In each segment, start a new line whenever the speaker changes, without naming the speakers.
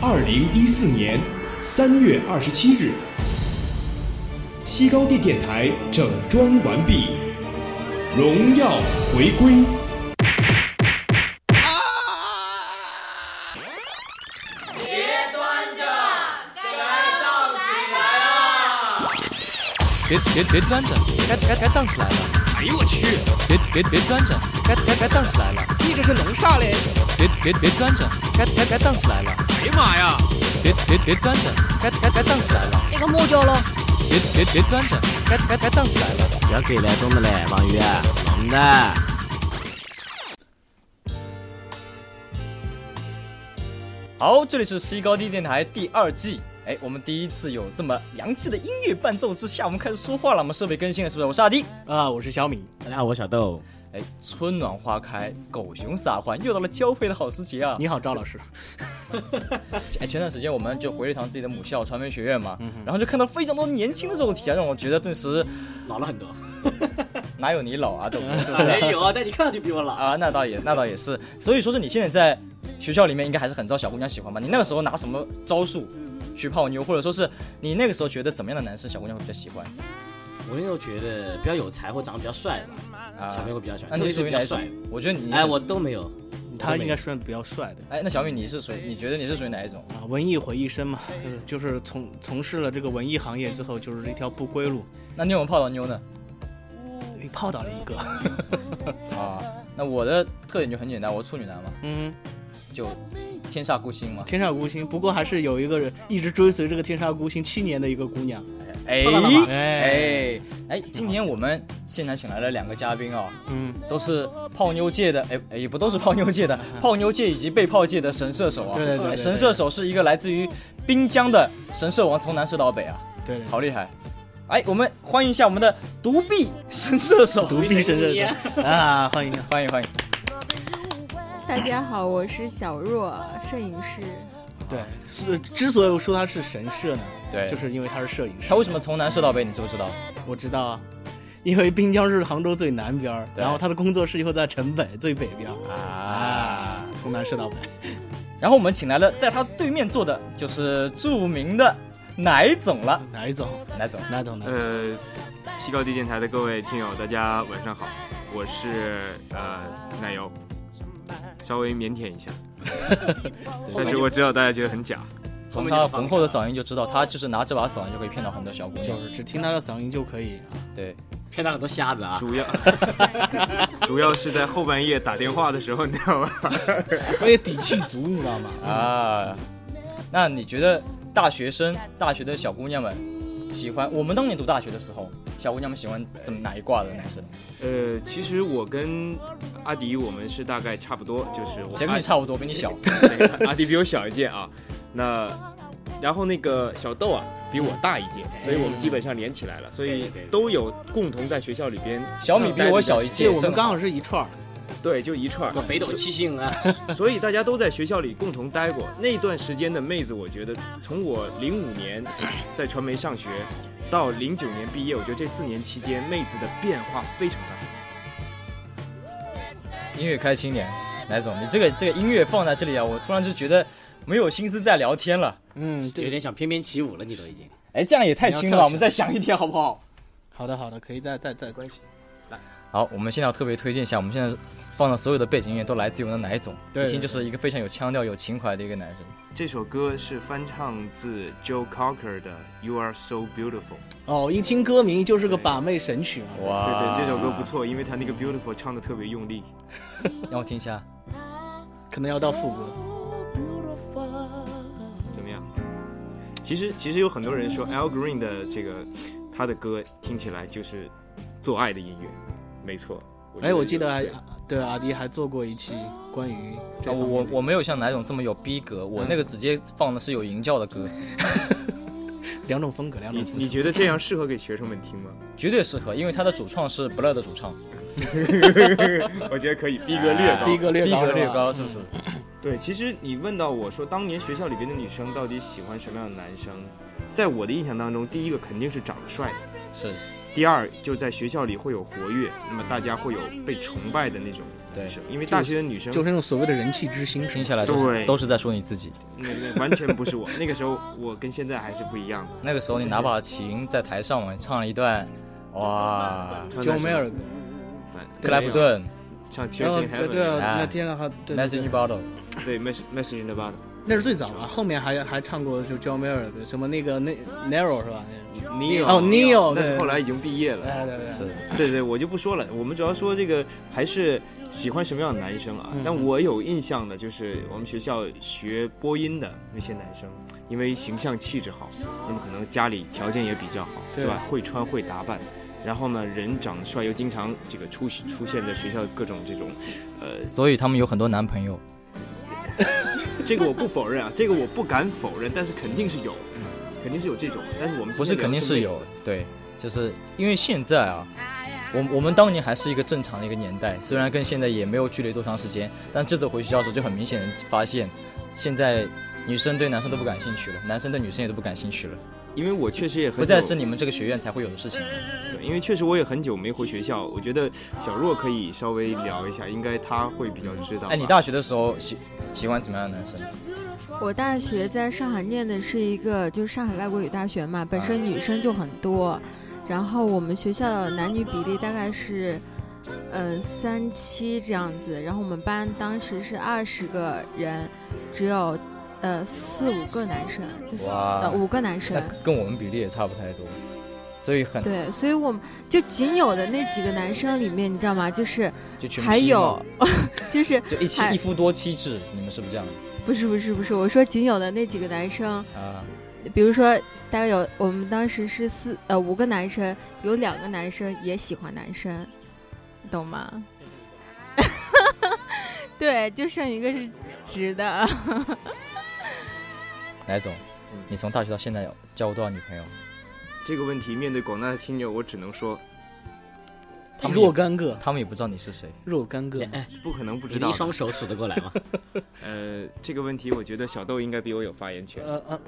二零一四年三月二十七日，西高地电台整装完毕，荣耀回归。
别别别端着，该该该荡起来了！
哎呦我去！
别别别端着，该该该荡起来了！
你这是弄啥嘞？
别别别端着，该该该荡起来了！
哎呀妈呀！
别别别端着，该该该荡起来了！
那个木脚了！
别别别端着，该该该荡起来了！
不要给来动的嘞，王宇，
啊
弄的。
好，这里是西高地电台第二季。哎，我们第一次有这么洋气的音乐伴奏之哎下，我们开始说话了。我们设备更新了，是不是？我是阿迪。
啊，我是小米。
大家好，我小豆。
哎，春暖花开，狗熊撒欢，又到了交配的好时节啊！
你好，赵老师。
哎，前段时间我们就回了一趟自己的母校传媒学院
嗯
嘛，然后就看到非常多年轻的肉体啊，让我觉得顿时
老了很多。
哪有你老啊，豆 哥是不
没
是？
有，但你看上去比我老。
啊，那倒也那倒也是，所以说是你现在在学校里面应该还是很招小姑娘喜欢吧？你那个时候拿什么招数去泡妞，或者说是你那个时候觉得怎么样的男生小姑娘会比较喜欢？
我那时候觉得比较有才或长得比较帅的吧，小
啊
朋，友比较喜欢。
那你
特
属
别是
于
比较
哪一种
帅？？
我觉得你
哎，我都没有。
他应该算比较帅的
哎，那小米你是属于你觉得你是属于哪一种？
啊，文艺回一生嘛，呃就是从从事了这个文艺行业之后，就是一条不归路，
那你有没有泡到妞呢？
你泡到了一个，
啊，那我的特点就很简单，我处女男嘛，
嗯，
就天煞孤星嘛。
天煞孤星。不过还是有一个人一直追随这个天煞孤星七年的一个姑娘，
哎
到了吗
哎哎，今天我们现场请来了两个嘉宾啊、
嗯，
都是泡妞界的，哎哎也不都是泡妞界的，泡�妞界以及被泡界的神射手啊。
嗯对对对对
哎神射手是一个来自于滨江的神射王，从南射到北啊，
对，
好厉害。哎，我们欢迎一下我们的独臂神射手，
独臂神射手 啊，欢迎你。
欢迎欢迎。
大家好，我是小若，摄影师。
对，是之所以我说他是神社呢，
对，
就是因为他是摄影师
他。为什么从南射到北，你知不知道？
我知道啊，因为滨江是杭州最南边儿，
对
然后他的工作室又在城北最北边儿，
啊。
从南射到北。
然后我们请来了在他对面坐的就是著名的奶总了，
哪一种？
奶总，
哪种呢？
嗯
呃，西高地电台的各位听友，大家晚上好，我是呃奶油，稍微腼腆一下，但是我知道大家觉得很假。
从他浑厚的嗓音就知道，他就是拿这把嗓音就可以骗到很多小姑娘
就。是只听他的嗓音就可以啊。
对，
骗到很多瞎子啊！
主 要主要是在后半夜打电话的时候，你知道吗？
我也底气足，你知道吗？
啊，那你觉得大学生、大学的小姑娘们喜欢我们当年读大学的时候，小姑娘们喜欢怎么哪一挂的男生？
呃，其实我跟阿迪我们是大概差不多，就是我
谁跟
阿
你差不多，比你小？
对 阿迪比我小一届啊，那然后那个小豆啊比我大一届，
嗯
所以我们基本上连起来了，所以都有共同在学校里边。呃
小米比我小一
这
届，
我们
正
刚好是一串儿，
对，就一串儿，
北斗七星啊，
所以大家都在学校里共同待过。那段时间的妹子，我觉得从我零五年 在传媒上学到零九年毕业，我觉得这四年期间妹子的变化非常大。
音乐开轻点，奶总，你这个这个音乐放在这里啊，我突然就觉得没有心思再聊天了。
嗯，
有
对，
点想翩翩起舞了，你都已经。
哎，这样也太轻了吧，
你要跳起来
我们再想一天好不好？
好的好的，可以再再再关系，
好，我们现在要特别推荐一下，我们现在放的所有的背景音乐都来自于我们的奶总，
对
一听就是一个非常有腔调、有情怀的一个男生。
这首歌是翻唱自 Joe Cocker 的《You Are So Beautiful
哦，一听歌名就是个把妹神曲啊。
哇》。
对对，这首歌不，错，因为他那个 beautiful 唱的特别用力。
让我听一下。
可能要到副歌。
怎么样？其实其实有很多人说 Al Green 的这个他的歌听起来就是做爱的音乐，没错。
哎，我记得还
对
对阿迪还做过一期关于这
啊、
方
我
面嗯
我我没有像奶总这么有逼格，我那个直接放的是有营教的歌，
两种风格，两
你
种姿
你
势。
觉得这样适合给学生们听吗？
绝对适合，因为他的主创是 Blur 的主唱，
我觉得可以，逼格略高。
逼格略
逼
高，
格
是吧
略高，是不是？
对，其实你问到我说，当年学校里边的女生到底喜欢什么样的男生？在我的印象当中，第一个肯定是长得帅的，
是
第二就是在学校里会有活跃，那么大家会有被崇拜的那种
对，
是因为大学的女生
就是那种所谓的人气之星，
听下来都是
对
都是在说你自己。
那那完全不是我，那个时候我跟现在还是不一样的。
那个时候你拿把琴在台上嘛，唱了一段，哇，
唱
九
那首
梅尔，
反
克莱普，顿
唱 Tears
然后
in
呃对
Heaven，
啊，
哎
那天的话，对对
，Message in a，
对
Bottle，
对 Mess Message in the Bottle，
那是最早啊，后面还还唱过就 j o h n Mayer 的什么那个那 Narrow 是吧？
你有
哦 Neo，
但是
对
后来已经毕业
那哎
了。
对对对，
是
对对，我就不说了。我们主要说这个还是喜欢什么样的男生啊
嗯？
但我有印象的就是我们学校学播音的那些男生，因为形象气质好，那么可能家里条件也比较好，
对
是吧？会穿会打扮，然后呢人长得帅，又经常这个出出现在学校各种这种，呃，
所以他们有很多男朋友。
这个我不否认啊，这个我不敢否认，但是肯定是有，嗯肯定是有这种。但是我们
不是
今天
肯定
聊
是
妹
有
子，
对，就是因为现在啊，我我们当年还是一个正常的一个年代，虽然跟现在也没有距离多长时间，但这次回学校的时候就很明显的发现，现在女生对男生都不感兴趣了，男生对女生也都不感兴趣了，
因为我确实也很
不再
久
是你们这个学院才会有的事情。
对，因为确实我也很久没回学校，我觉得小若可以稍微聊一下，应该她会比较知道吧。
哎，你大学的时候喜喜欢怎么样的男生？
我大学在上海念的是一个，就是上海外国语大学嘛，本身女生就很多，然后我们学校的男女比例大概是，嗯、三七这样子，然后我们班当时是二十个人，只有呃四五个男生，就是
哇
呃五个男 生
那，跟我们比例也差不太多，所以很
对，所以我们就仅有的那几个男生里面，你知道吗？就是
就全
还
批
有
嘛
就是
就一妻
还
一夫多妻制，你们是不是这样
不是不是不是，我说仅有的那几个男生。
啊？
比如说，大概有我们当时是四呃五个男生，有两个男生也喜欢男生，你懂吗？对，就剩一个是直的，
来总，你从大学到现在有交过多少女朋友？
这个问题面对广大的听友，我只能说
他们也
若干个，
他们也不知道你是谁。
若干个，
哎，
不可能不
你
知
的
道
一
的。
双手数得过来吗？
呃，这个问题我觉得小豆应该比我有发言权。
呃呃，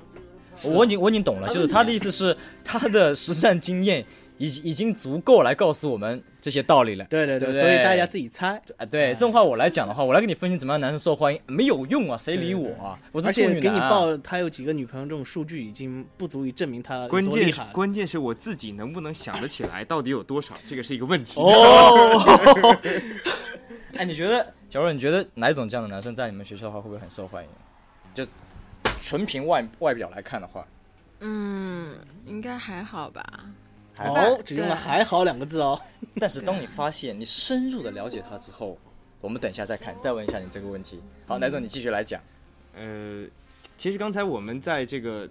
我已经我已经懂了，就是他的意思是 他的实战经验已经已经足够来告诉我们这些道理了。
对对
对不对
所以大家自己猜，
啊，对，这种话我来讲的话，我来给你分析怎么样男生受欢迎，没有用啊，谁理我啊？我
而
是处
且
女
给你
男啊、
报他有几个女朋友这种数据已经不足以证明他有
关
多
键
厉
是
害。啊
关键是我自己能不能想得起来到底有多少，这个是一个问题。
哦
哦。 哎，你觉得小若，你觉得哪一种这样的男生在你们学校的话会不会很受欢迎？就纯凭外外表来看的话，
嗯，应该还好吧。
还好。
哦，只用了“还好”两个字哦。
但是当你发现你深入的了解他之后，我们等一下再看，再问一下你这个问题。好，奶总，你继续来讲。
呃，其实刚才我们在这个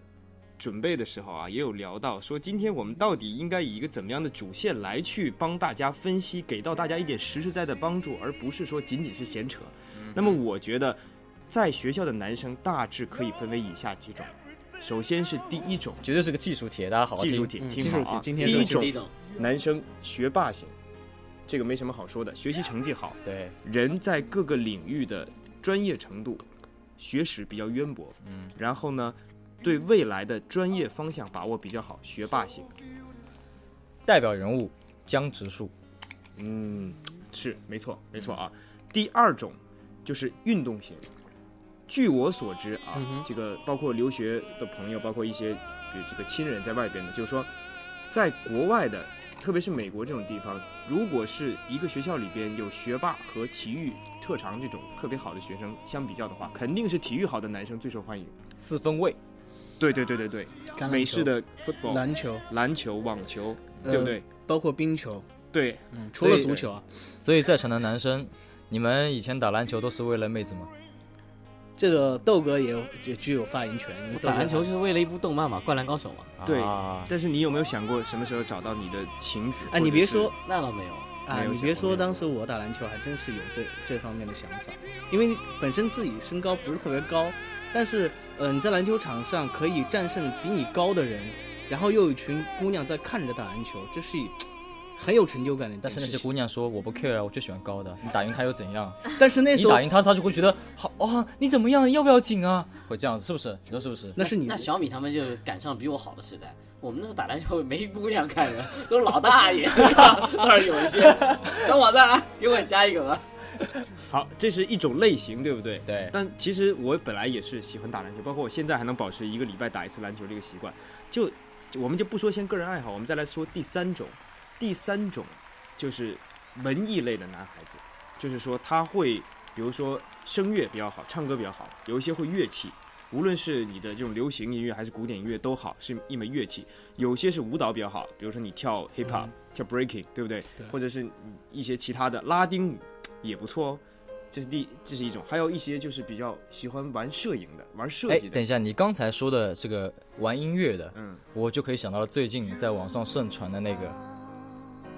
准备的时候啊，也有聊到说，今天我们到底应该以一个怎么样的主线来去帮大家分析，给到大家一点实实在在的帮助，而不是说仅仅是闲扯。
嗯
那么我觉得，在学校的男生大致可以分为以下几种，首先是第一种
绝对是个技术帖，大家好好
技
听
术。
嗯
挺听好啊，
技术帖今天
第
这
一
个
种
第一种，
男生学霸型，这个没什么好说的，学习成绩好，
对，
人在各个领域的专业程度、学识比较渊博，
嗯，
然后呢，对未来的专业方向把握比较好，学霸型。
代表人物江直树，
嗯，是没错，没错啊。第二种就是运动型，据我所知啊，
嗯哼
这个包括留学的朋友，包括一些这这个亲人在外边的，就是说，在国外的，特别是美国这种地方，如果是一个学校里边有学霸和体育特长这种特别好的学生相比较的话，肯定是体育好的男生最受欢迎。
四分卫，
对对对对对，
橄榄
美
球
式、的 football、
篮球，
篮嗯球、网球，
呃
对不对？
包括冰球，
对，
嗯，除了
所以
足球啊，
所以在场的男生，你们以前打篮球都是为了妹子吗？
呃这个豆哥也有也具有发言权。因为
我
豆哥
打篮球就是为了一部动漫嘛，《灌篮高手》嘛。
对
啊、
但是你有没有想过什么时候找到你的情子？
哎，你别说，
那倒没有，
啊，
没有
你
想
别
过
说，
这个
当时我打篮球还真是有这这方面的想法，因为你本身自己身高不是特别高，但是呃你在篮球场上可以战胜比你高的人，然后又有一群姑娘在看着打篮球，这是一很有成就感的一
但
件
是
事
那
情。
些姑娘说我不 care，啊我就喜欢高的，你打赢她又怎样？
但是那
你
时候
打赢她，她就会觉得好啊，你怎么样？要不要紧啊？哎会这样子是不是？你说是不是？
那是 你
那小米他们就赶上比我好的时代。我们那时候打篮球没姑娘 看的，都是老大爷。那儿有一些小伙子啊，给我加一个吧。
好，这是一种类型，对不对？
对
但其实我本来也是喜欢打篮球，包括我现在还能保持一个礼拜打一次篮球这个习惯。就就我们就不说先个人爱好，我们再来说第三种，第三种就是文艺类的男孩子，就是说他会，比如说声乐比较好，唱歌比较好，有一些会乐器。无论是你的这种流行音乐还是古典音乐都好，是一门乐器。有些是舞蹈比较好，比如说你跳 hip
嗯
hop、跳 breaking，对不对？
对
或者是一些其他的拉丁舞也不错哦。这是第这是一种，还有一些就是比较喜欢玩摄影的，玩设
哎
计，的。
等一下，你刚才说的这个玩音乐的，
嗯，
我就可以想到了最近在网上盛传的那个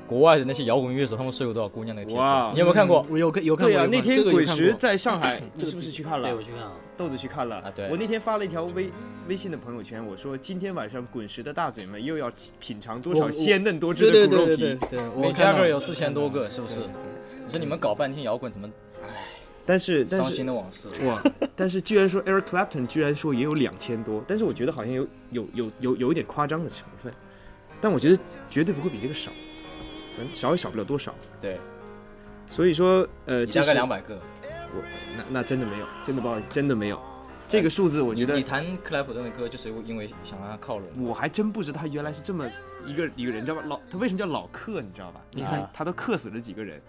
国外的那些摇滚乐手，他们睡过多少姑娘那个帖
哇
子，你有没有看过？
嗯我有看有看
对
过。
呀、
有看
那天
这个有
滚
看
石
过
在上 海，你是不是去看
对，
了
我？去看了。
豆子去看 了
啊对
我那天发了一条微微信的朋友圈，我说今天晚上滚石的大嘴们又要品尝多
我
少
我
鲜嫩多汁
对
的骨
对
肉
对
皮。
对对对，我
每
看
家
到
个
了
有四千多个，是不是？你说你们搞半天摇滚，怎么
但是但
伤心
是
的往事？
哇，但是居然说 Eric Clapton 居然说也有两千多，但是我觉得好像有有有有有一点夸张的成分，但我觉得绝对不会比这个少，反正少也少不了多少。
对，
所以说呃，
你大
这
概
是
两百个。
那那真的没有，真的不好意思，真的没有。这个数字我
我
觉得嗯
你弹克莱普顿的歌，就是因为想让他靠拢。
我还真不知道他原来是这么一个一个人，你知道吧？老他为什么叫老克，你知道吧？你看他都克死了几个人，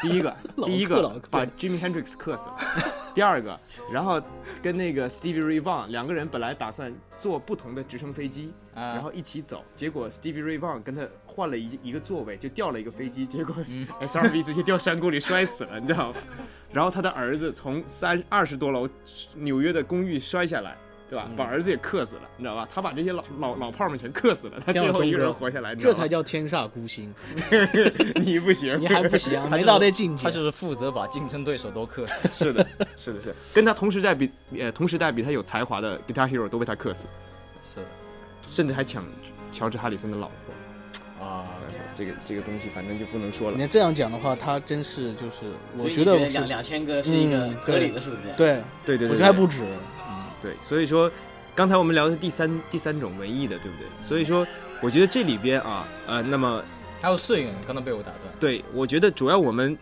第一个，第一
嗯啊 老
个
克
把 Jimmy Hendrix 克 死了，第二个，然后跟那个 Stevie Ray Vaughan 两个人本来打算坐不同的直升飞机，
啊，
然后一起走，结果 Stevie Ray Vaughan 跟他换了一一个座位，就掉了一个飞机，结果 SRV 直接掉山沟里摔死了，你知道吗？然后他的儿子从三二十多楼纽约的公寓摔下来，对吧？把儿子也克死了，你知道吧？他把这些老老老炮儿们全克死了，他
天
最
啊
后一个
东哥
人活下来，你知
这
道吗
才叫天煞孤星，
你不行，
你还不行啊，
他
没
就是
到那境界。
他就是负责把竞争对手都克死。
是的，是的，是的跟他同时代比，呃，同时代比他有才华的 Guitar Hero 都被他克死，
是的
甚至还抢乔治哈里森的老婆。
啊，
这个这个东西反正就不能说了
你。要这样讲的话，他真是就是，
所
我
以你
觉
觉
得
两
是，
两千个是一个
嗯
合理的数字。，
对，
对对对，
我
对
觉得还不止。
对，所以说，刚才我们聊的是第三第三种文艺的，对不对？所以说，我觉得这里边啊，呃，那么
还有摄影，刚才被我打断。
对我觉得主要我们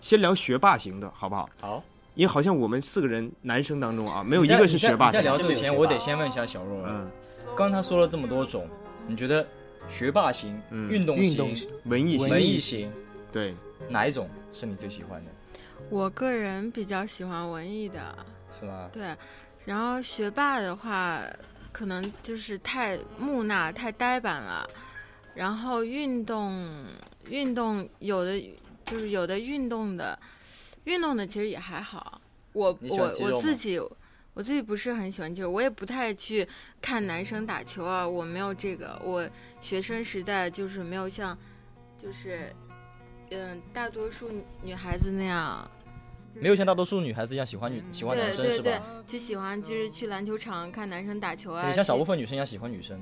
先聊学霸型的，好不好？
好，
因为好像我们四个人男生当中啊，没
没
有一个是学霸
在
型
聊
的。
之前，我得先问一下小若，
嗯，
刚才说了这么多种，你觉得学霸型、
嗯
运动
运动
型
型、
文艺型，
文艺型
对，
哪一种是你最喜欢的？
我个人比较喜欢文艺的，
是吗？
对，然后学霸的话，可能就是太木讷、太呆板了。然后运动，运动有的就是有的运动的，运动的其实也还好。我
你喜欢
我
肌
我
肉
自
吗
己我自己不是很喜欢肌肉，我也不太去看男生打球啊，我没有这个。我学生时代就是没有像，就是嗯，大多数女孩子那样。
没有像大多数女孩子一样喜欢女喜欢男生
对
是
对对
吧？，
就喜欢就是去篮球场看男生打球啊，
你像少部
去
分女生一样喜欢女生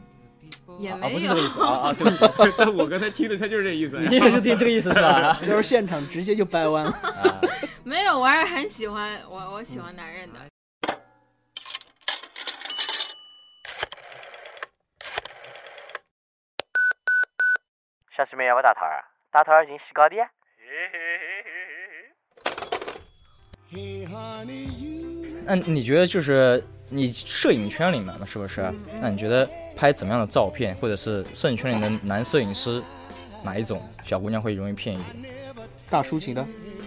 也
啊，不
没
是
有
这个意，思啊啊，对不起，
但我刚才听的他就是这意思。
你也是听这个意思是吧？
就是现场直接就掰弯了。
啊，
没有，我还是很喜欢我我喜欢男人
嗯
的。
小师妹要不打头儿啊？打头儿进西高啊 地。
那你觉得就是你摄影圈里面嘛，是不
嗯
是？那你觉得拍怎么样的照片，或者是摄影圈里的男摄影师，哪一种小姑娘会容易骗一点？
大叔型的，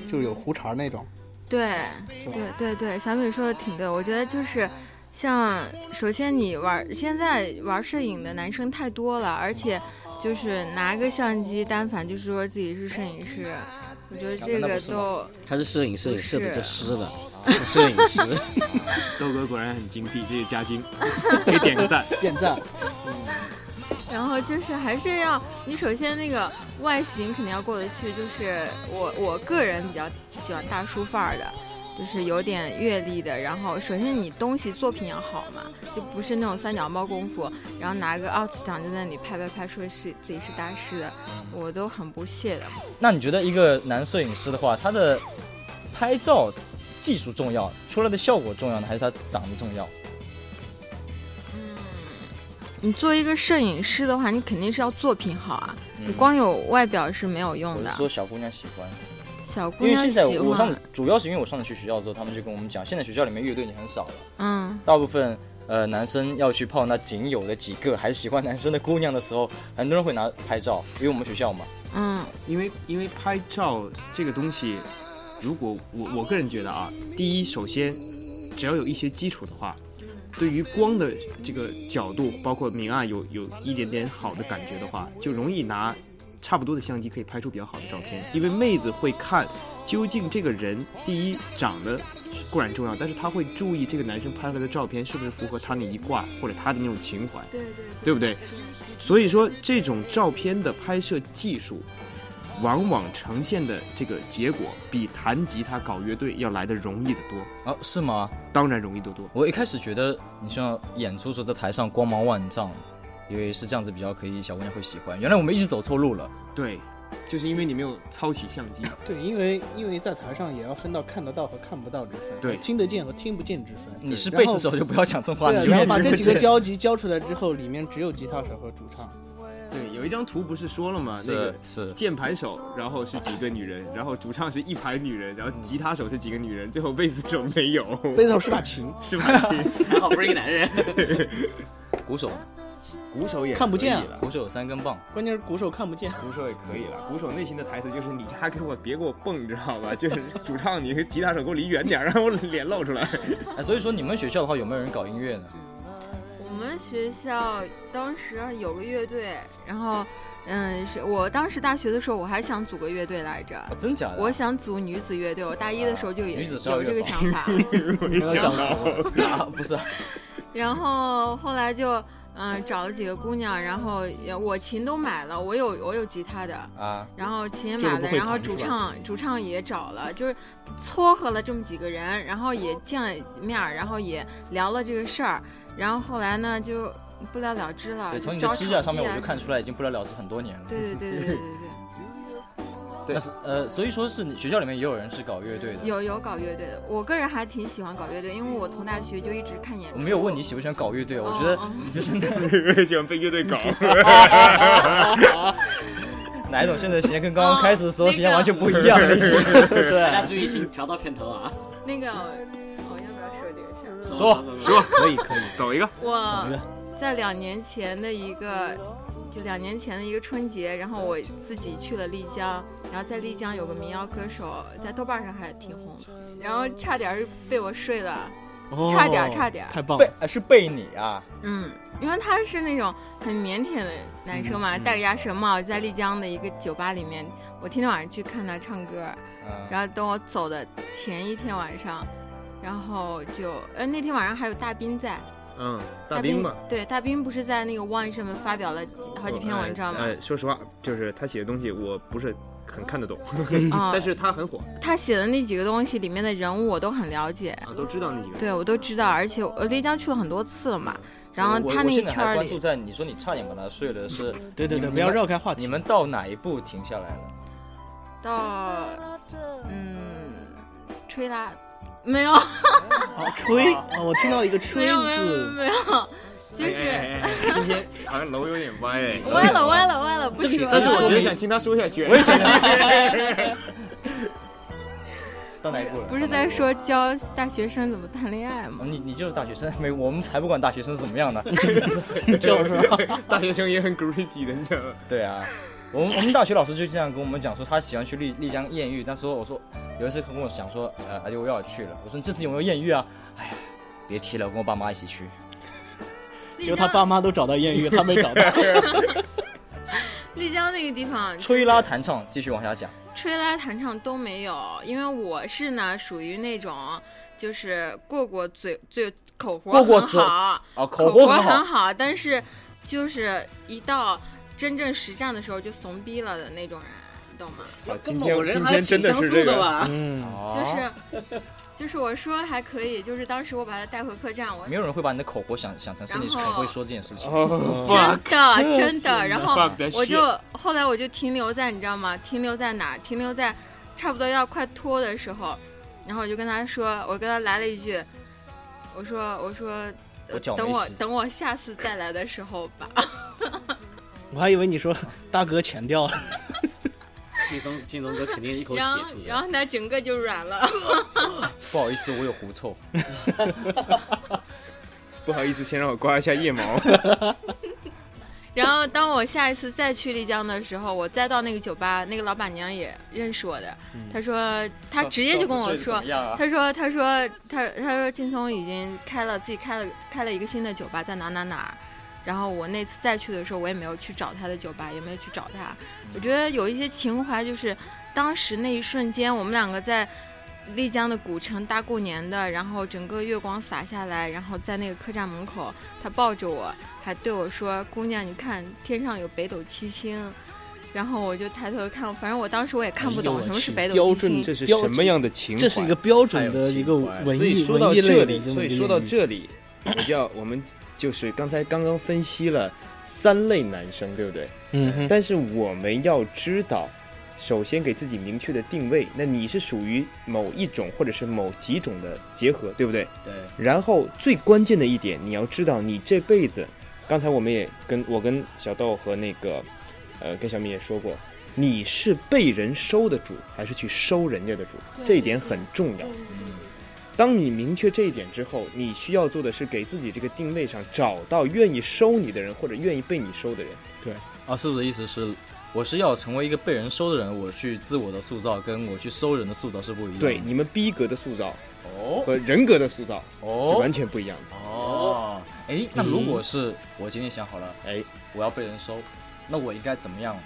就是有胡茬儿那种，
对
是吧？
对对对，小米说的挺对，我觉得就是。像首先你玩现在玩摄影的男生太多了，而且就是拿个相机单反就是说自己是摄影师，我觉得这
啊那不
个
是吗
都
他是摄影摄影
是
摄
啊
的就湿了， 摄影师。
豆哥果然很精辟，这是加 精，给点个赞。
点赞，
然后就是还是要你首先那个外形肯定要过得去，就是我我个人比较喜欢大叔范儿的，就是有点阅历的。然后首先你东西作品要好嘛，就不是那种三脚猫功夫，然后拿个 out 奖就在那里拍拍拍，说是自己是大师的，我都很不屑的。
那你觉得一个男摄影师的话，他的拍照技术重要，出来的效果重要呢，还是他长得重要？
你作为一个摄影师的话，你肯定是要作品好啊，你
嗯
光有外表是没有用
我
的
是。说小姑娘喜欢，
小姑
因为
娘
现
喜
在
欢，
我上的主要是因为我上的去学校之后，他们就跟我们讲，现在学校里面乐队已经很少了，
嗯，
大部分呃男生要去泡那仅有的几个还喜欢男生的姑娘的时候，很多人会拿拍照，因为我们学校嘛，
嗯
因为因为拍照这个东西，如果我我个人觉得啊，第一，首先只要有一些基础的话，
嗯
对于光的这个角度，包括明暗有有一点点好的感觉的话，就容易拿差不多的相机可以拍出比较好的照片。因为妹子会看究竟这个人，第一长得固然重要，但是她会注意这个男生拍出来的照片是不是符合她那一挂或者他的那种情怀。
对对
对不对？所以说，这种照片的拍摄技术，往往呈现的这个结果，比弹吉他、搞乐队要来的容易得多，
啊是吗？
当然容易得多。
我一开始觉得你像演出时候在台上光芒万丈，以为是这样子比较可以小姑娘会喜欢，原来我们一直走错路了。
对，就是因为你没有操起相机。
对，因为因为在台上也要分到看得到和看不到之分，
对
听得见和听不见之分。
你是
然
贝
后
斯手就不要讲这种话，
对啊，
你
然后
也
把
是
这
不
几个
见
交集交出来之后，里面只有吉他手和主唱。
对，有一张图不是说了吗？那
是
个
是
键盘手，然后是几个女人，然后主唱是一排女人，然后吉他手是几个女人，最后贝斯手没有，
贝斯手是把琴，
是吧？
还好不是一个男人。
鼓手，
鼓手也
看不见啊
可以了
鼓手有三根棒，
关键是鼓手看不见。
鼓手也可以了，鼓手内心的台词就是你丫给我别给我蹦，你知道吧？就是主唱你和吉他手给我离远点，让我脸露出来。
哎，所以说你们学校的话有没有人搞音乐 呢？
我们学校当时有个乐队，然后，嗯，是我当时大学的时候，我还想组个乐队来着，
啊、真假的？
我想组女子乐队，我大一的时候就有
女子是要
有这个
乐队
想法，
没
没有想到 啊，不是 啊，
然后后来就嗯、找了几个姑娘，然后也我琴都买了，我有我有吉他的，
啊
然后琴也
就是
买
不
了，
会
然后
弹
主
是吧
唱主唱也找了，就是撮合了这么几个人，然后也见了面儿，然后也聊了这个事儿，然后后来呢就不了了之了，
对，
就
从你
找
的指甲上面
场地
我就
啊
看出来，已经不了了之很多年了。
对对对对对对
对，但是呃，所以说是你学校里面也有人是搞乐队的。
对，有有搞乐队的，我个人还挺喜欢搞乐队，因为我从大学就一直看演出。
我没有问你喜不喜欢搞乐队，我
哦
觉得
哦
你就是那
喜欢被乐队搞。
哪一种现在形象跟刚刚开始的时候
哦
形象完全不一样了已 经。
大家
对，
注意，请调到片头啊！
那个，我要不要说这个事儿？
说
说
可以可以，
走一个，
我在两年前的一个，就两年前的一个春节，然后我自己去了丽江，然后在丽江有个民谣歌手，在豆瓣上还挺红的，然后差点儿被我睡了，差点儿差点儿
太棒了
背！呃是背你啊，
嗯，因为他是那种很腼腆的男生
嗯
嘛，戴个鸭舌帽，在丽江的一个酒吧里面，我天天晚上去看他唱歌，
啊
嗯，
然后等我走的前一天晚上，然后就，呃，那天晚上还有大斌在。
嗯，
大嘛，对，大兵不是在那个 One 上面发表了几好几篇文章吗？
哎，哎说实话，就是他写的东西我不是很看得懂，
啊、
但是他很火
他写的那几个东西里面的人物我都很了解，
啊，都知道那几个。嗯
对我都知道，而且我丽江去了很多次了嘛，然后
我
他
我
那一
现在
圈
还
儿
关注
里，
在你说你差点把他睡了是，
对对对，
你们
不要绕开话题。
你们到哪一步停下来了？
到嗯，吹拉没有
好吹，啊我听到一个吹
没有没有
字，
没有，就
哎
是
哎哎哎今天好像楼有点歪哎。
歪了歪了歪了，不说
但是我
了，
觉得想听他说下去。我也想
到哪一步了？
不是
到哪一
在
步了
说教大学生怎么谈恋爱吗？
你你就是大学生，没我们才不管大学生是怎么样 的。
听。大学生也很 creepy 的，你知道 吗？
对啊，我们我们大学老师就经常跟我们讲说他喜欢去丽丽江艳遇，那时候我说有一次跟我讲说，呃，哎呦我要去了，我说你这次有没有艳遇啊？哎呀，别提了，我跟我爸妈一起去。
丽
结果
江
他爸妈都找到艳遇，他 没找到。
丽江那个地方
吹拉弹唱，继续往下讲。
吹拉弹唱都没有，因为我是呢属于那种就是过过嘴嘴口活
过过
很
嘴
好，
啊，
口
口活很
很
好，
好，但是就是一到真正实战的时候就怂逼了的那种人，你懂吗？
好，今
某
天
人
今
还
天
挺
真
相
是
似
这
的
个。
吧？
嗯，
啊
就是就是我说还可以，就是当时我把他带回客栈，我
没有人会把你的口活想想成是你
然
很
后
会说这件事情。
哦
真的真的，然后
fuck that shit
我就后来我就停留在你知道吗？停留在哪？停留在差不多要快脱的时候，然后我就跟他说，我跟他来了一句，我说我说，呃
我脚没
等我
洗
等我下次再来的时候吧。
我还以为你说大哥钱掉了，
金钟金钟哥肯定一口血
然后
吐
然
的。
后呢，整个就软了。
不好意思，我有狐臭。
不好意思，先让我刮一下腋毛。
然后当我下一次再去丽江的时候，我再到那个酒吧，那个老板娘也认识我的，
嗯
她说她直接就跟我说，
啊
她说她说她她说金聪已经开了自己开了开了一个新的酒吧在哪哪哪儿。然后我那次再去的时候，我也没有去找他的酒吧，也没有去找他。
嗯
我觉得有一些情怀，就是当时那一瞬间，我们两个在丽江的古城大过年的，然后整个月光洒下来，然后在那个客栈门口，他抱着我，还对我说：“姑娘，你看天上有北斗七星。”然后我就抬头看，反正我当时我也看不懂
哎呦我
什么是
去
北斗
标
七星
准。
这是什么样的情怀？
这是一个标准
还有
的
情
一个
怀
文
所以
艺
说到
文艺
这
类的
里，
这么
所以
一个
说到
领域
这里，我就要我们就是刚才刚刚分析了三类男生，对不对？
嗯哼，
但是我们要知道，首先给自己明确的定位，那你是属于某一种或者是某几种的结合，对不对？
对，
然后最关键的一点，你要知道你这辈子，刚才我们也跟我跟小豆和那个，呃，跟小米也说过，你是被人收的主，还是去收人家的主，这一点很重要。当你明确这一点之后，你需要做的是给自己这个定位上找到愿意收你的人，或者愿意被你收的人。
啊，是我的意思是，我是要成为一个被人收的人，我去自我的塑造跟我去收人的塑造是不一样的。
对，你们逼格的塑造
哦
和人格的塑造是
哦
完全不一样的。
哦，哎，那如果是我今天想好了，
哎，
我要被人收，那我应该怎么样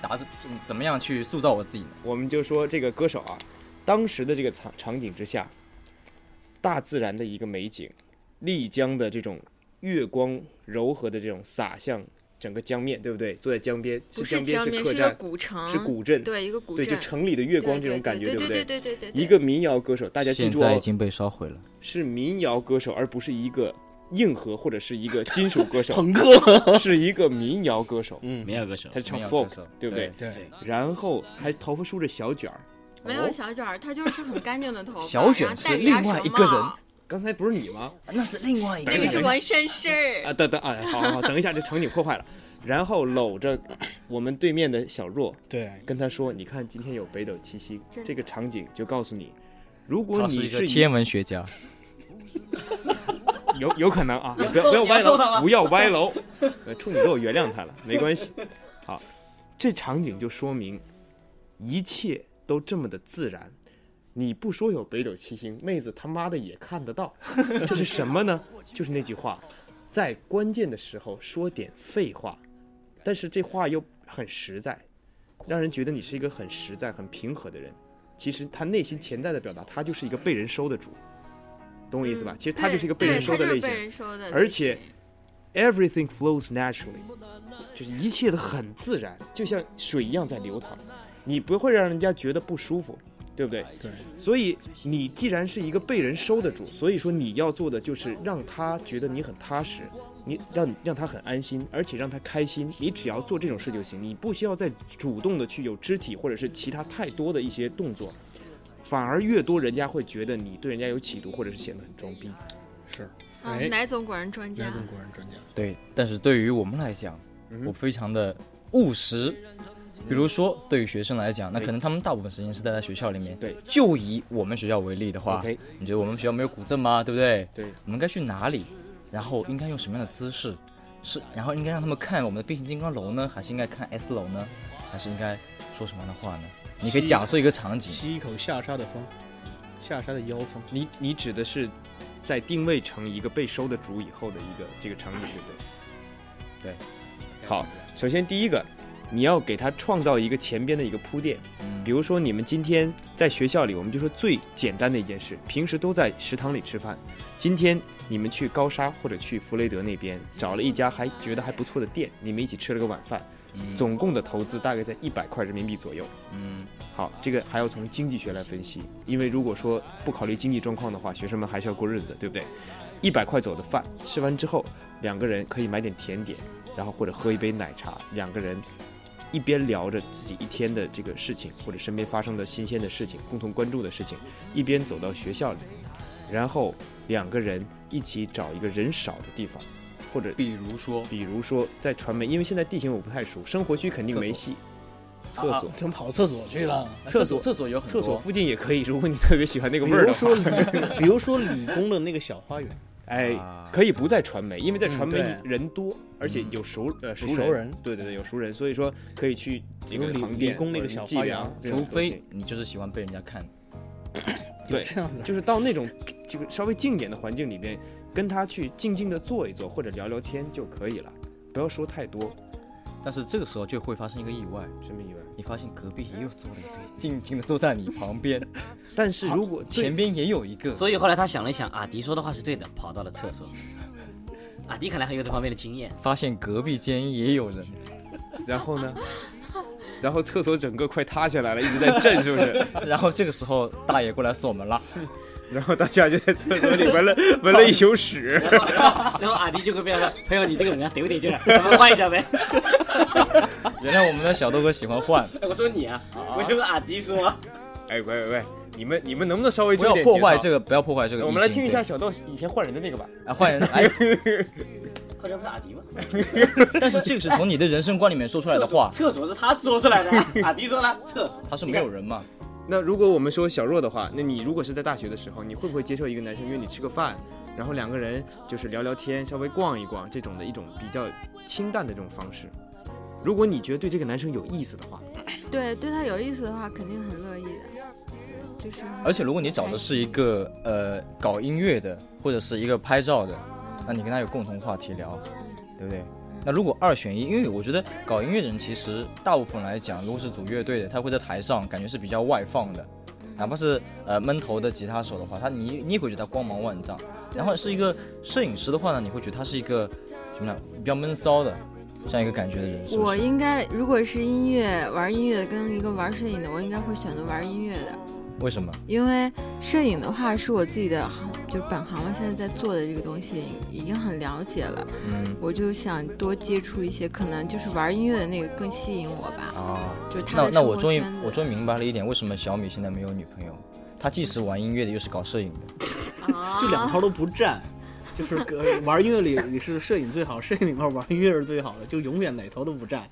达成？怎么样去塑造我自己呢？
我们就说这个歌手啊，当时的这个场场景之下，大自然的一个美景，丽江的这种月光柔和的这种洒向整个江面，对不对？坐在江边，
不
江边
江边，
客
是个
栈，
古城，
是古镇，
对一个古
对，
镇，
就城里的月光这种感觉，
对
不
对？对对对对，
一个民谣歌手，大家记
现
住哦
在已，经被烧毁了。
是民谣歌手，而不是一个硬核或者是一个金属歌手，
朋克，
是一个民谣歌手，
没有歌手
他，是唱
民谣歌
folk，
手
对不对？
对
对
然后还头发梳着小卷儿，
没
哦
有小卷儿，她就是很干净的头发，
小卷是另外一个人
刚才不是你吗？
那是另外一
那个是纹身师
啊，等等，哎，好好好，等一下，这场景破坏了。然后搂着我们对面的小若，
对，
跟她说：“你看，今天有北斗七星
真，的
这个场景就告诉你，如果
他
你
一个
一
天文学家，
有有可能啊，你不要不要歪楼，不要歪楼。呃，处女座原谅他了，没关系。好，这场景就说明一切都这么的自然。你不说有北斗七星，妹子他妈的也看得到。这是什么呢？就是那句话，在关键的时候说点废话，但是这话又很实在，让人觉得你是一个很实在、很平和的人。其实他内心潜在的表达，他就是一个被人收的主，懂我意思吧？
嗯
其实他就是一个被
对
人收
她
的
就是
类型
被。人收的类型，
而且 everything flows naturally，就是一切的很自然，就像水一样在流淌，你不会让人家觉得不舒服，对不对？对。所以你既然是一个被人收的主，所以说你要做的就是让他觉得你很踏实，你让让他很安心，而且让他开心。你只要做这种事就行，你不需要再主动的去有肢体或者是其他太多的一些动作。反而越多，人家会觉得你对人家有企图，或者是显得很装逼。
是，哎
嗯，奶总果然专家
那，种国人专家，
对，但是对于我们来讲，
嗯
我非常的务实。比如说，对于学生来讲，那可能他们大部分时间是待在学校里面。
对，
就以我们学校为例的话
OK
你觉得我们学校没有古镇吗？对不对？
对，
我们该去哪里？然后应该用什么样的姿势？是，然后应该让他们看我们的变形金刚楼呢，还是应该看 S 楼呢？还是应该说什么样的话呢？你可以
是
假设一个场景，
吸一口下沙的风，下沙的妖 风，
你你指的是在定位成一个被收的主以后的一个这个场景，对不对？对。好，首先第一个，你要给他创造一个前边的一个铺垫，比如说你们今天在学校里，我们就说最简单的一件事，平时都在食堂里吃饭，今天你们去高沙或者去弗雷德那边找了一家还觉得还不错的店，你们一起吃了个晚饭，总共的投资大概在一百块人民币左右。
嗯，
好，这个还要从经济学来分析，因为如果说不考虑经济状况的话，学生们还是要过日子的，对不对？一百块左右的饭吃完之后，两个人可以买点甜点，然后或者喝一杯奶茶，两个人一边聊着自己一天的这个事情，或者身边发生的新鲜的事情、共同关注的事情，一边走到学校里，然后两个人一起找一个人少的地方，或者
比如说
比如说在传媒，因为现在地形我不太熟，生活区肯定没戏。厕所，
怎么跑厕所去了？
厕所
厕所有很
厕
多
所附近也可以，如果你特别喜欢那个
比
味儿
如
的
说
话，
理，比如说理工的那个小花园，
哎
啊，
可以不在传媒，因为在传媒
嗯对
人多，而且有熟呃熟
熟人
对对对，有熟人，所以说可以去这
有
个
理
行
理
店
工那
或
个
者
小
是
花
计量
园
这种
除
东
非
西
你就是喜欢被人家看，
对
这样的
就是到那种就是稍微静一点的环境里边，跟他去静静的坐一坐或者聊聊天就可以了，不要说太多，
但是这个时候就会发生一个意外，
什么以外。
你发现隔壁也有坐了一个，静静的坐在你旁 边，
但是如果
前边也有一个，
所以后来他想了一想，阿迪说的话是对的，跑到了厕 所。阿迪看来很有这方面的经验。
发现隔壁间也有人，
然后呢？然后厕所整个快塌下来了，一直在震，是不是？
然后这个时候大爷过来锁门了，
然后大家就在厕所里 闻了闻了一宿屎。
然后然后然后阿迪就跟别人说：“朋友，你这个人啊，得不得劲儿？咱们换一 下呗。
原来我们的小豆哥喜欢换，”
我说你 啊，我就跟阿迪说，
哎，喂喂喂，你们你们能不能稍微
不要
重点
破坏这
个？
个，不要破坏这个意境。
我们来听一下
对，
小豆以前换人的那个吧。
啊， 换人，哎，
后来不是阿迪吗？
但是这个是从你的人生观里面说出来的话，
厕所是他说出来 的，啊阿迪说了厕所。
他说 没有人嘛，
那如果我们说小若的话，那你如果是在大学的时候，你会不会接受一个男生约你吃个饭，然后两个人就是聊聊天，稍微逛一逛这种的一种比较清淡的这种方式？如果你觉得对这个男生有意思的话，
对，对他有意思的话，肯定很乐意的。就是
而且如果你找的是一个呃搞音乐的，或者是一个拍照的，那你跟他有共同话题聊，对不对？那如果二选一，因为我觉得搞音乐的人其实大部分来讲，如果是组乐队的，他会在台上感觉是比较外放的，哪怕是呃闷头的吉他手的话，他你你也会觉得他光芒万丈。然后是一个摄影师的话呢，你会觉得他是一个怎么讲比较闷骚的这样一个感觉的人，是不
我
是？
应该，如果是音乐玩音乐的跟一个玩摄影的，我应该会选择玩音乐的，
为什么？
因为摄影的话是我自己的行，就是本行了，现在在做的这个东西已经很了解了，
嗯
我就想多接触一些，可能就是玩音乐的那个更吸引我吧。
啊。
就是他
那
的
那
生
我
活
终于
圈子
我终于明白了一点，为什么小米现在没有女朋友？他既是玩音乐的，又是搞摄影的。
啊
就两头都不占，就是呃玩音乐里你是摄影最好，摄影里面玩音乐是最好的，就永远哪头都不占。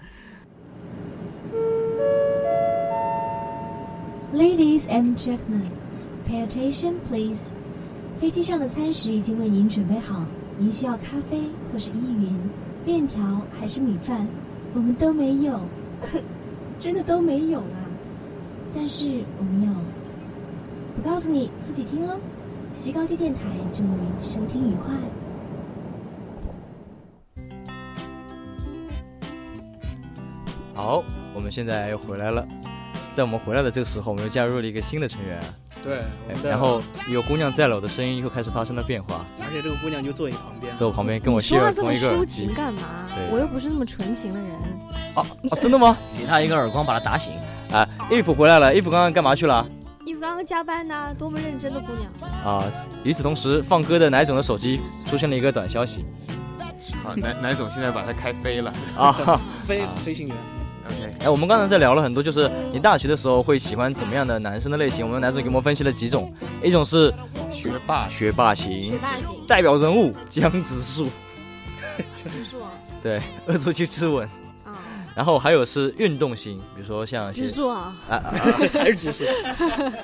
Ladies and gentlemen, pay attention please. 飞机上的餐食已经为您准备好，您需要咖啡或是依云、面条还是米饭，我们都没有，真的都没有啊。但是我们有，我告诉你自己听哦。西高地电台祝您收听愉快。
好，我们现在又回来了。在我们回来的这个时候，我们又加入了一个新的成员，
对
哎然后有姑娘在了，我的声音又开始发生了变化，
而且这个姑娘就坐你旁边，
在我旁边跟我
说
share
话这
同
么
一个
抒
耳机
情。干嘛
对？
我又不是那么纯情的人。
啊，真的吗？
给他一个耳光，把他打醒。
啊，if 回来了，if 刚刚干嘛去了？
衣服刚刚加班呢，多么认真的姑娘。
嗯
啊，与此同时，放歌的奶总的手机出现了一个短消息
好，南南总现在把它开飞了。
啊。
飞
啊
飞行员。
OK，
哎，我们刚才在聊了很多，就是你大学的时候会喜欢怎么样的男生的类型？我们奶总给我们分析了几种，一种是
学霸
学霸型，
霸型，
代表人物江直树，
叔叔啊，
对， 恶作剧之吻。
啊
然后还有是运动型，比如说像一些
直树啊，
啊啊
还是直视，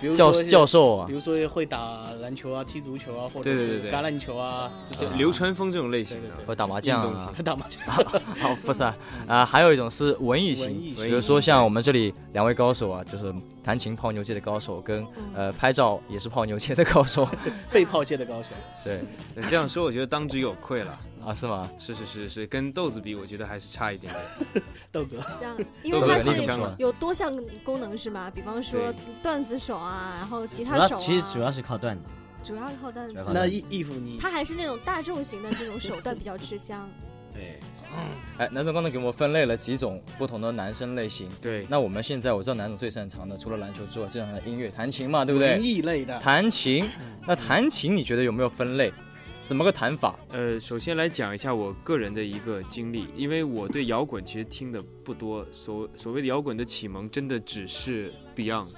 比如
教
说
教，授啊
比，如说会打篮球啊、踢足球啊，或者
对对对
是
对
橄榄球啊，这种
流川枫这种类型
对对
的
对，
或打麻将啊，
打麻将。
哦不是啊，啊还有一种是文艺
文
型
艺，
比如说像我们这里两位高手啊，就是弹琴泡妞界的高手，跟呃拍照也是泡妞界的高手，
被炮 界的高手，
对
对这样说，我觉得当之有愧了。
啊是吗？
是是是是，跟豆子比，我觉得还是差一点点。
豆哥，
这样，因为
都
它
有那种
是
像
有多项功能是吗？比方说段子手啊，然后吉
主
他
要
手啊，
其实主要是靠段子。
主要靠段
主要
子
靠。
那义义父你
他还是那种大众型的这种手段比较吃香。
对，
哎，南总刚才给我们分类了几种不同的男生类型，
对，
那我们现在我知道南总最擅长的除了篮球之外，最擅长的音乐弹琴嘛，对不
文
对？
艺类的，
弹琴，那弹琴你觉得有没有分类？怎么个弹法？
呃，首先来讲一下我个人的一个经历，因为我对摇滚其实听的不多，所所谓的摇滚的启蒙，真的只是 Beyond。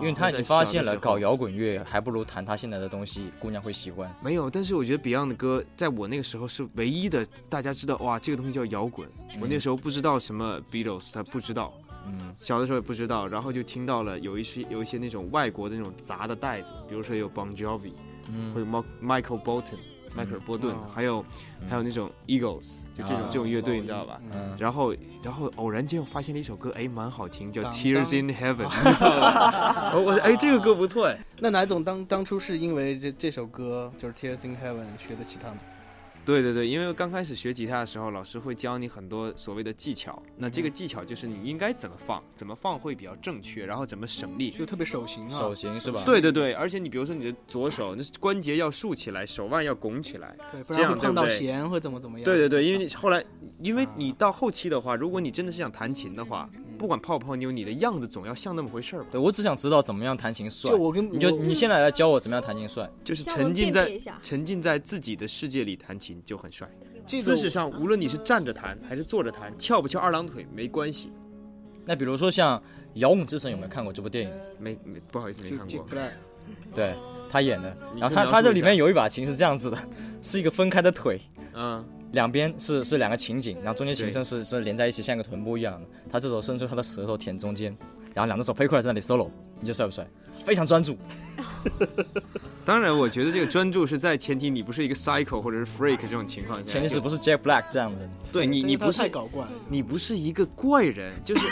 因为他已
在
经发
小的
现了
时候
搞摇滚乐还不如弹他现在的东西，姑娘会喜欢。
没有，但是我觉得 Beyond 的歌在我那个时候是唯一的，大家知道哇，这个东西叫摇滚。我那时候不知道什么 Beatles，他不知道，
嗯，
小的时候也不知道，然后就听到了有一些有一些那种外国的那种杂的袋子，比如说有 Bon Jovi，
嗯
或者 Mo- Michael Bolton。迈克尔·波顿
哦，
还有还有那种 Eagles，就这种
啊
这种乐队，你知道吧
嗯？
然后然后偶然间我发现了一首歌，哎，蛮好听，叫
当
Tears in
当
Heaven，你知道吧 我我说哎，这个歌不错哎，
那哪总当当初是因为这这首歌就是《Tears in Heaven》学的吉他吗？
对对对，因为刚开始学吉他的时候，老师会教你很多所谓的技巧。那这个技巧就是你应该怎么放，怎么放会比较正确，然后怎么省力，
就特别手型啊
手型是吧
对对对，而且你比如说你的左手，那关节要竖起来，手腕要拱起来，嗯
对，不
这
然
样
会碰
对
到
不对
弦或怎么怎么样。
对对对，因为你后来，因为你到后期的话，如果你真的是想弹琴的话，不管泡不泡妞，你的样子总要像那么回事儿吧。
对我只想知道怎么样弹琴帅。
就我跟
你就
我
你现在来教我怎么样弹琴帅，
就是沉浸在
一下
沉浸在自己的世界里弹琴就很帅。
这个
姿势上，无论你是站着弹还是坐着弹，翘不翘二郎腿没关系。
那比如说像《摇滚之神》，有没有看过这部电影？
没没，不好意思没看过。
对他演的，
你
然后
跟
他
描
他
述
这
一
里
下
面有一把琴是这样子的， 是一个分开的腿，
嗯，
两边是是两个琴颈，然后中间琴
对
身是是连在一起，像一个臀部一样的。他这手伸出他的舌头舔中间，然后两只手飞过来在那里 solo，你觉得帅不帅？非常专注。
当然，我觉得这个专注是在前提你不是一个 psycho 或者是 freak 这种情况下，
前提是
就
不是 Jack Black 这样的人？
对你，你不是
太搞怪了
你不是一个怪人， 就是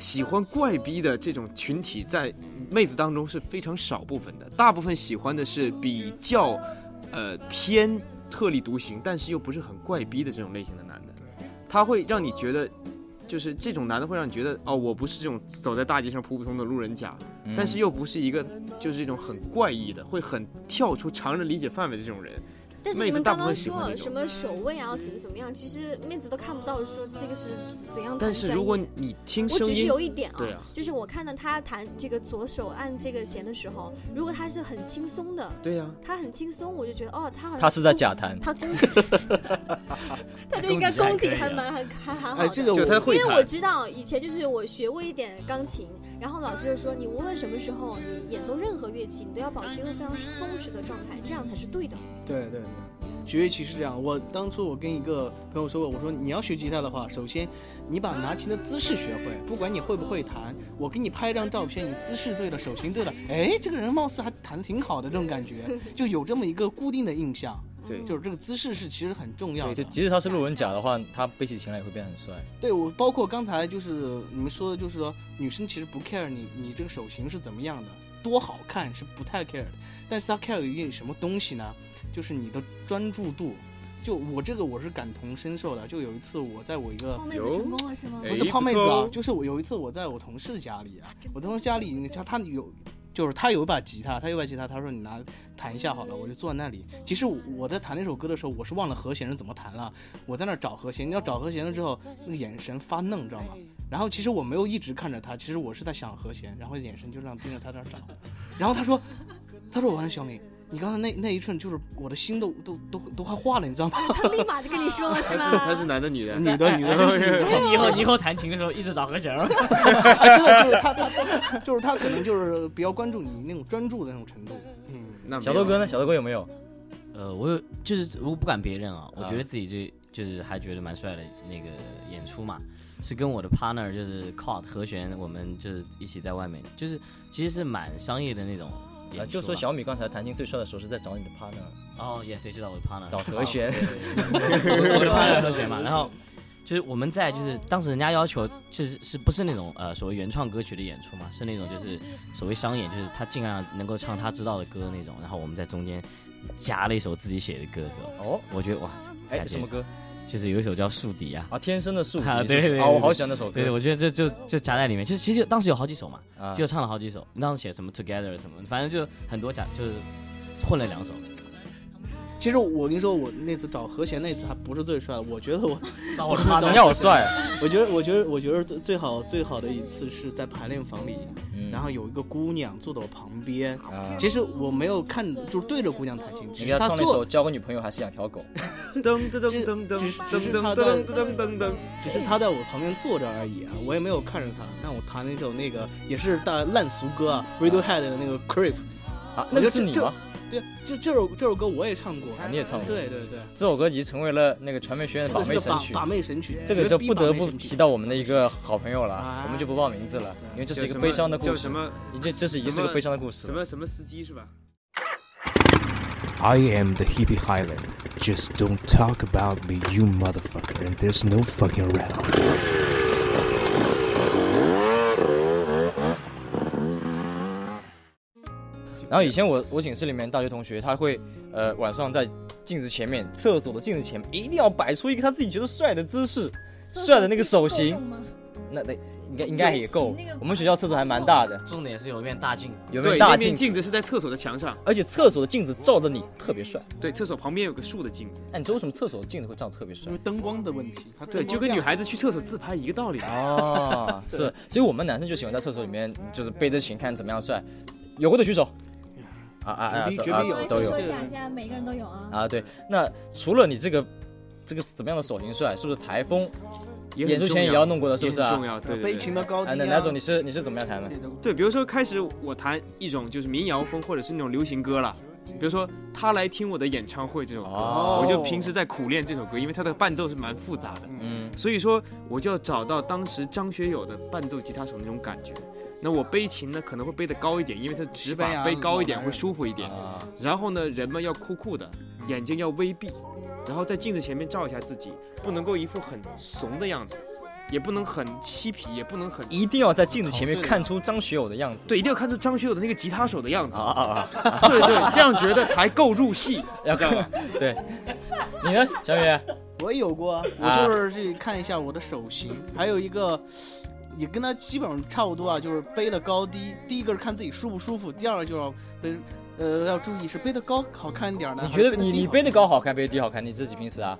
喜欢怪逼的这种群体，在妹子当中是非常少部分的，大部分喜欢的是比较，呃，偏特立独行，但是又不是很怪逼的这种类型的男的，他会让你觉得。就是这种男的会让你觉得哦，我不是这种走在大街上普普通的路人甲，
嗯
但是又不是一个就是一种很怪异的，会很跳出常人理解范围的这种人。
但是
妹
你
子
们
大
刚刚
部分喜欢
说
这种
什么守卫啊，怎么怎么样，其实妹子都看不到说这个是怎样的专业。
但是如果你听
我
声音，
只是有一点啊，
对啊，
就是我看到他弹这个左手按这个弦的时候，如果他是很轻松的，
对呀、
他很轻松，我就觉得哦，他好像
他是在假弹。
他 功底，他就应该功
啊
底还蛮还还还好的。
哎这个就我他会
因为
弹
我知道以前就是我学过一点钢琴，然后老师就说你无论什么时候你演奏任何乐器，你都要保持一个非常松弛的状态，这样才是对的。
对对对，学乐器是这样。我当初我跟一个朋友说过，我说你要学吉他的话，首先你把拿琴的姿势学会，不管你会不会弹，我给你拍一张照片，你姿势对了，手型对了，哎，这个人貌似还弹得挺好的这种感觉，就有这么一个固定的印象。
嗯
对
就是这个姿势是其实很重要
对，
的
就。即使他是路人甲的话，他背起琴来也会变得很帅。
对我包括刚才就是你们说的，就是说女生其实不 care 你你这个手型是怎么样的，多好看是不太 care 的，但是她 care 一个什么东西呢？就是你的专注度。就我这个我是感同身受的。就有一次我在我一个
泡妹子成功了是吗
不是
哎
泡妹子
不错
啊
哦，
就是我有一次我在我同事家里啊，我同事家里他他有。就是他有一把吉他，他有一把吉他，他说你拿弹一下好了，我就坐在那里。其实我我在弹那首歌的时候，我是忘了和弦是怎么弹了，我在那儿找和弦。你要找和弦了之后，那个眼神发愣，你知道吗？然后其实我没有一直看着他，其实我是在想和弦，然后眼神就这样盯着他那儿 找。然后他说，他说完了，小敏，你刚才那那一瞬就是我的心都都都都快化了，你知 道吗？
啊他立马就跟你说了
哎
是
他是
吧？
他是男的女 的？
女的女的就是女的
你以后你以后弹琴的时候一直找和弦 儿。
哎，真的 就是他他就是他可能就是比较关注你那种专注的那种程度。嗯，
那
小豆哥呢？小豆哥有没有？
呃，我有，就是我不管别人啊，我觉得自己最就是还觉得蛮帅的那个演出嘛，是跟我的 partner 就是 cod 和弦，我们就是一起在外面，就是其实是蛮商业的那种演出啊、
啊，就说小米刚才弹琴最帅的时候是在找你的 partner。
哦，也对，就找我的 partner，
找和 弦
我的 partner 和弦嘛，然后。就是我们在就是当时人家要求就是是不是那种呃所谓原创歌曲的演出嘛，是那种就是所谓商演，就是他尽量能够唱他知道的歌那种，然后我们在中间加了一首自己写的歌之后，
哦，
我觉得哇，
哎
感觉
什么歌？
就是有一首叫《树敌》啊，
啊，天生的树敌
啊，
是不是
对对对
啊我好喜欢那首歌
对对，我觉得这就就夹在里面，其实其实当时有好几首嘛
啊，
就唱了好几首，当时写什么 Together 什么，反正就很多夹，就是混了 两首。
其实我跟你说，我那次找和弦那次还不是最帅的，我觉得我
找我的 partner
找
你好帅
我觉得，我觉得，我觉得最最好最好的一次是在排练房里，
嗯
然后有一个姑娘坐在我旁边，
啊
其实我没有看，就是对着姑娘弹琴，
你
其
给
实
他
她
唱那
坐
首《交个女朋友还是养条狗》。
噔噔噔噔噔
只是他
噔噔
在
噔噔噔噔，
只是他在我旁边坐着而已啊，我也没有看着他。但我弹了一首那个也是大烂俗歌啊，Radiohead 的那个 Creep，
啊，那个是你吗？
对，这这首这首歌我也唱过，
啊你也唱过，
对对对，
这首歌已经成为了那个传媒学院的把妹神曲，
把妹神曲，
这个就不得不提到我们的一个好朋友了，我们就不报名字了，因为这是一个悲伤的故事，
什么？
这这是已经是个悲伤的故事，
什么什么司机是吧
？I am the hippie Highland. Just don't talk about me, you motherfucker. And there's no fucking around.
然后以前我我寝室里面大学同学，他会呃晚上在镜子前面，厕所的镜子前面，一定要摆出一个他自己觉得帅的姿势，帅的那个手型。那那应该应该也够。我们学校厕所还蛮大的，
重点是有面大镜子，
有面大
镜镜子是在厕所的墙上，
而且厕所的镜子照的你特别帅。
对，厕所旁边有个树的镜子。
哎，你知道为什么厕所的镜子会照特别帅？
因为灯光的问题。
对，就跟女孩子去厕所自拍一 个道理。
哦， 是，所以我们男生就喜欢在厕所里面就是背着琴看怎么样帅，有过的举手。啊啊啊！
都有，现在每个人都有啊。
啊，对，那除了你这个这个怎么样的手型帅，是不是台风演出前也要弄过的，是不是啊？
重要，对
悲情的高低。
哎那哪总你是你是怎么样弹的？
对，比如说开始我弹一种就是民谣风，或者是那种流行歌了，比如说他来听我的演唱会这首歌，
哦
我就平时在苦练这首歌，因为它的伴奏是蛮复杂的，嗯，所以说我就要找到当时张学友的伴奏吉他手那种感觉。那我背琴呢，可能会背得高一点，因为它指
啊
法背高一点会舒服一点。然后呢，人们要酷酷的，眼睛要微闭，然后在镜子前面照一下自己，不能够一副很怂的样子，也不能很嬉皮，也不能很……
一定要在镜子前
哦
面看出张学友的样子。
对，一定要看出张学友的那个吉他手的样子。
啊
啊啊！ 对对，这样觉得才够入戏，
要
知道吧？
对，你呢，小雨？
我有过，啊
啊
我就是去看一下我的手型，还有一个。也跟他基本上差不多啊，就是背的高低，第一个是看自己舒不舒服，第二个就要背，呃，要注意是背的高好看一点呢。
你觉得你你背的高好看，背的低好看？你自己平时啊？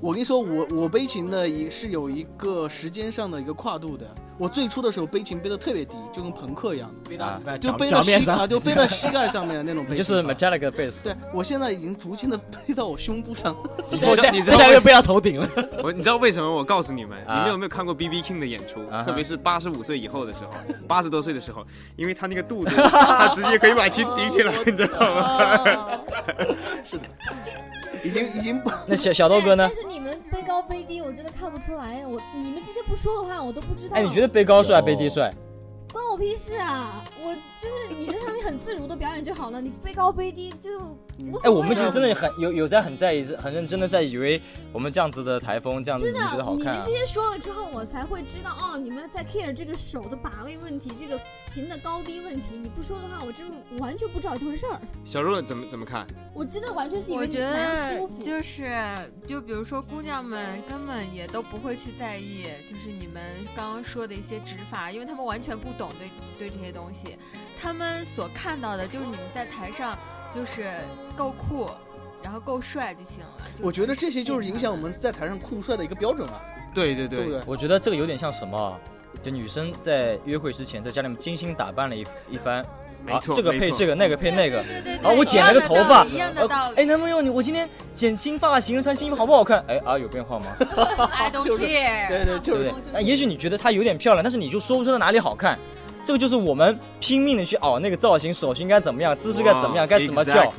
我跟你说，我我背琴呢也是有一个时间上的一个跨度的。我最初的时候背琴背的特别低，就跟朋克一样的，啊、就背到膝啊，就背到膝盖上面的那 种背。啊
就是 Metallica 贝斯。
对，我现在已经逐渐的背到我胸部上，
以后你再又背到 头顶了。
我你知道为什么？我告诉你们，你们有没有看过 B B King 的演出？啊、特别是八十五岁以后的时候， 八十多岁的时候，因为他那个肚子，他直接可以把琴顶起来，你知 道吗？
是的。已经已经不
那小小豆哥呢？
哎但是你们背高背低，我真的看不出来。我你们今天不说的话，我都不知道。
哎，你觉得背高帅背低帅？
关我屁事啊！我就是你在上面很自如的表演就好了，你背高背低就无所谓。哎，
我们其实真的很有有在很在意，很认真的在以为我们这样子的台风这样子你觉得好看、啊。
你们今天说了之后，我才会知道哦，你们在 care 这个手的把位问题，这个琴的高低问题。你不说的话，我真完全不知道这回事儿。
小若怎么怎么看？
我真的完全是
我觉得就是就比如说姑娘们根本也都不会去在意，就是你们刚刚说的一些指法，因为他们完全不。懂对对这些东西，他们所看到的就是你们在台上就是够酷，然后够帅就行了。
我觉得这些就是影响我们在台上酷帅的一个标准了、啊。
对对对，
对对
我觉得这个有点像什么，啊就女生在约会之前在家里面精心打扮了一一番。啊
没错，
这个配这个，那个配那 个。
对对对。
哦
啊，我剪了个头发。
一样的道理。
哎，男朋友，你我今天剪新发型，穿新衣服好不好看？哎啊，有变化吗
？I don't care。
对对， 就是
那也许你觉得她有点漂亮，但是你就说不出她哪里好看。这个就是我们拼命的去熬那个造型，手型该怎么样，姿势该怎么样，该怎么叫，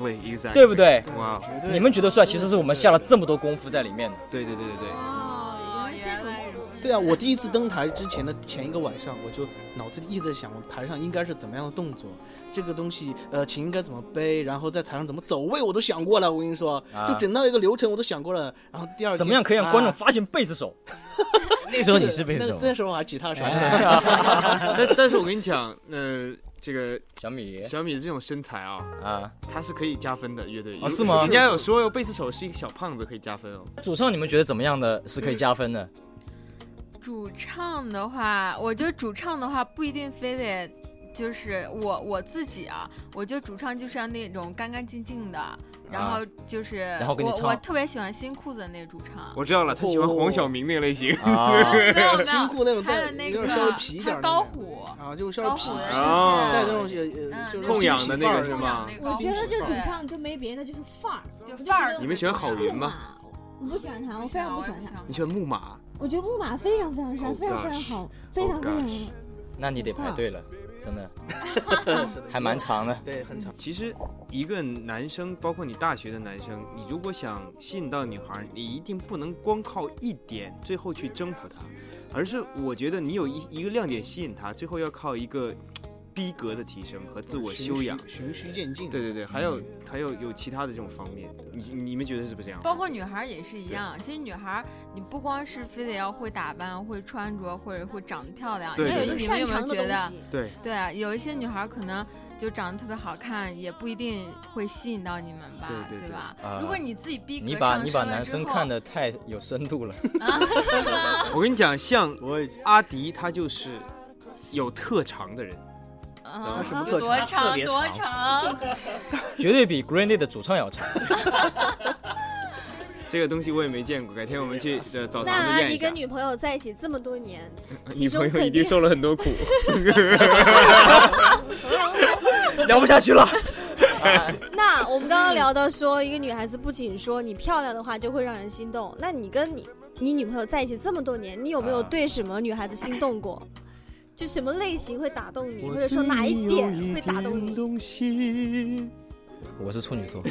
对不对？
哇，
你们觉得帅，其实是我们下了这么多功夫在里面的。
对对对对对。
哦
对啊，我第一次登台之前的前一个晚上，我就脑子里一直在想，我台上应该是怎么样的动作，这个东西，呃，琴应该怎么背，然后在台上怎么走位，我都想过了。我跟你说，啊、就整到一个流程我都想过了。然后第二啊
怎么样可以让观众发现贝斯手？
那时候你是贝斯
啊
手，
那时候我还吉
哎
他手。
但是但是我跟你讲，呃。这个
小米，
小米的这种身材啊，
啊，
他是可以加分的乐队
啊，是吗？
人家有说贝斯手是一个小胖子可以加分哦。
主唱你们觉得怎么样的是可以加分的？
主唱的话，我觉得主唱的话不一定非得，就是我我自己啊，我觉得主唱就是要那种干干净净的，然后就是、啊、我我特别喜欢新裤子的那个主 唱。
我知道了，他喜欢黄晓明那类型，
啊 哦
没有没有，
新裤那种
还有那个
稍微皮一点
高虎。嗯
啊，就是稍微皮，
带
那种呃
供养啊的那个是吗？
我觉得就主唱就没别的，就是范儿，
就范儿。
你们喜欢郝云吗？
我不喜欢他，我非常不喜欢他。
你喜欢木马？Oh
我觉得木马非常非常帅，非常非常好，非常非常。
那你得排队了。真 的，还蛮长的。
对，很长。
其实一个男生，包括你大学的男生，你如果想吸引到女孩，你一定不能光靠一点最后去征服她，而是我觉得你有一一个亮点吸引她，最后要靠一个。 逼格的提升和自我修养，
循序渐进。
对对对，还有、嗯、还有有其他的这种方面，你你们觉得是不是这样？
包括女孩也是一样，其实女孩你不光是非得要会打扮、会穿着，或者会长得漂亮，
对对
对你有你们有没有觉得？
对
对啊，有一些女孩可能就长得特别好看，也不一定会吸引到你们吧？
对
对吧、呃？如果你自己逼格
你把你把男 生看的太有深度了。啊、
我跟你讲，像阿迪他就是有特长的人。
他什么特长？特别
嗯长，长
绝对比 Green Day 的主唱要 长。
这个东西我也没见过，改天我们去找
那阿迪跟
女
朋友在一起这么多年，
嗯女朋友一定受了 很多苦，
聊不下去 了。
啊、那我们刚刚聊到说，一个女孩子不仅说你漂亮的话就会让人心动，那你跟你你女朋友在一起这么多年，你有没
啊
有对什么女孩子心动过？就什么类型会打动你，或者说哪一点会打动你？
我是处女座，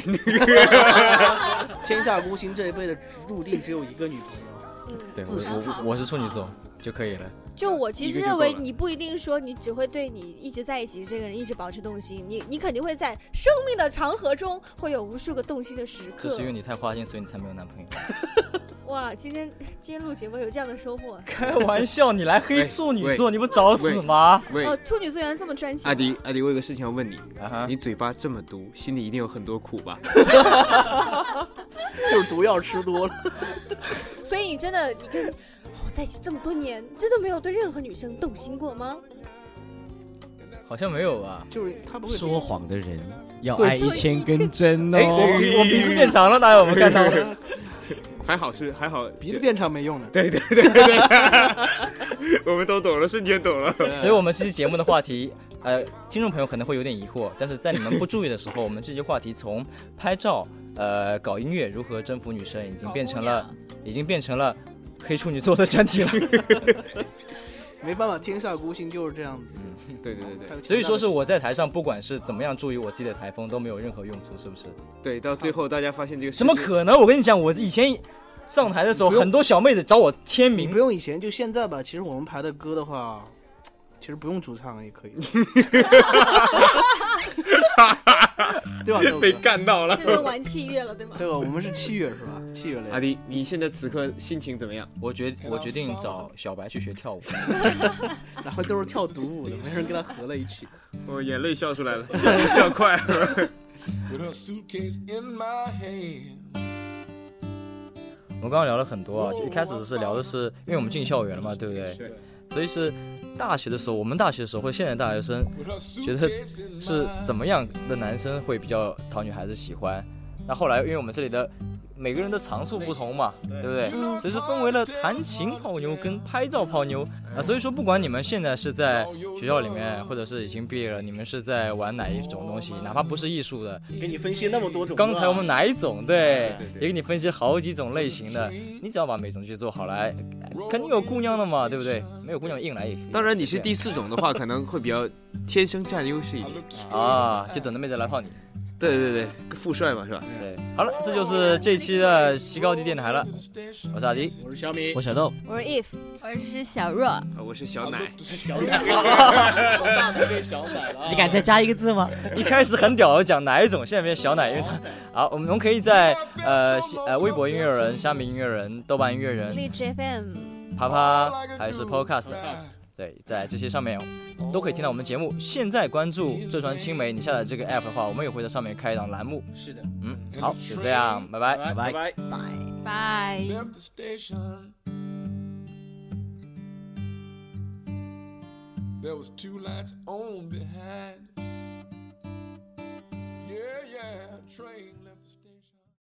天下孤星这一辈子注定只有一个女朋
友。对，我我是处女座就可以了。
就我其实认为，你不一定说你只会对你一直在一起这个人一直保持动心，你你肯定会在生命的长河中会有无数个动心的时刻。
就是因为你太花心，所以你才没有男朋友。
哇，今天今天录节目有这样的收获。
开玩笑，你来黑处女座，你不找死吗？
哦，处女座原来这么专情。
阿迪，阿迪，我有个事情要问你，uh-huh. 你嘴巴这么毒，心里一定有很多苦吧？
就是毒药吃多了。
所以你真的，你跟我、哦、在一起这么多年，真的没有对任何女生动心过吗？
好像没有吧，
就是他不会
说谎的人要挨一千根针哦。
我我鼻子变长了，大家有没有看到？
还好是还好，
鼻子变长没用的。
对对对对，我们都懂了，瞬间懂了。
所以，我们这期节目的话题，呃，听众朋友可能会有点疑惑，但是在你们不注意的时候，我们这期话题从拍照，呃，搞音乐，如何征服女生，已经变成了，已经变成了黑处女座的专题了。
没办法，天下孤星就是这样子。
嗯、对对对对，
所以说是我在台上，不管是怎么样注意我自己的台风，都没有任何用处，是不是？
对，到最后大家发现这个
怎么可能？我跟你讲，我以前上台的时候，很多小妹子找我签
嗯
名。
不用以前，就现在吧。其实我们排的歌的话，其实不用主唱也可以，对 吧？
被干到了。
现在玩器乐了，对吗？
对吧？我们是器乐是吧？器乐类。
阿迪，你现在此刻心情怎么样？
我决我决定找小白去学跳舞，
然后都是跳独舞的，没人跟他合在一起。
我眼泪笑出来了，笑快了。
我们刚刚聊了很多啊，就一开始是聊的是，因为我们进校园了嘛，对不对？所以是大学的时候，我们大学的时候，或现在大学生，觉得是怎么样的男生会比较讨女孩子喜欢？那后来，因为我们这里的每个人的长处不同嘛，对不对？嗯、所以说分为了弹琴泡妞跟拍照泡妞啊。所以说，不管你们现在是在学校里面，或者是已经毕业了，你们是在玩哪一种东西，哪怕不是艺术的，
给你分析那么多种。啊
刚才我们哪一种哎对，也给你分析好几种类型的，你只要把每种去做好来，肯定有姑娘的嘛，对不对？没有姑娘硬来也。
当然，你是第四种的话，可能会比较天生占优势一点
啊，就等着妹子来泡你。
对对对，富帅嘛是吧？
对，好了，这就是这期的西高地电台了。我是阿迪，
我是小米，
我小豆，
我是 if，
我是小若，
我是小奶，
小奶，大的变小奶了。
你敢再加一个字吗？
一开始很屌，讲哪一种，现在变小奶，因为他。好，我们可以在呃呃微博音乐人、虾米音乐人、豆瓣音乐
哎
人、
荔枝 FM、
啪啪还是 Podcast。对，在这些上面哦都可以听到我们节目。现在关注浙传青梅，你下载这个 app 的话，我们也会在上面开一档栏目。
是的，
嗯，好，就这样，拜拜，
拜
拜，拜拜。There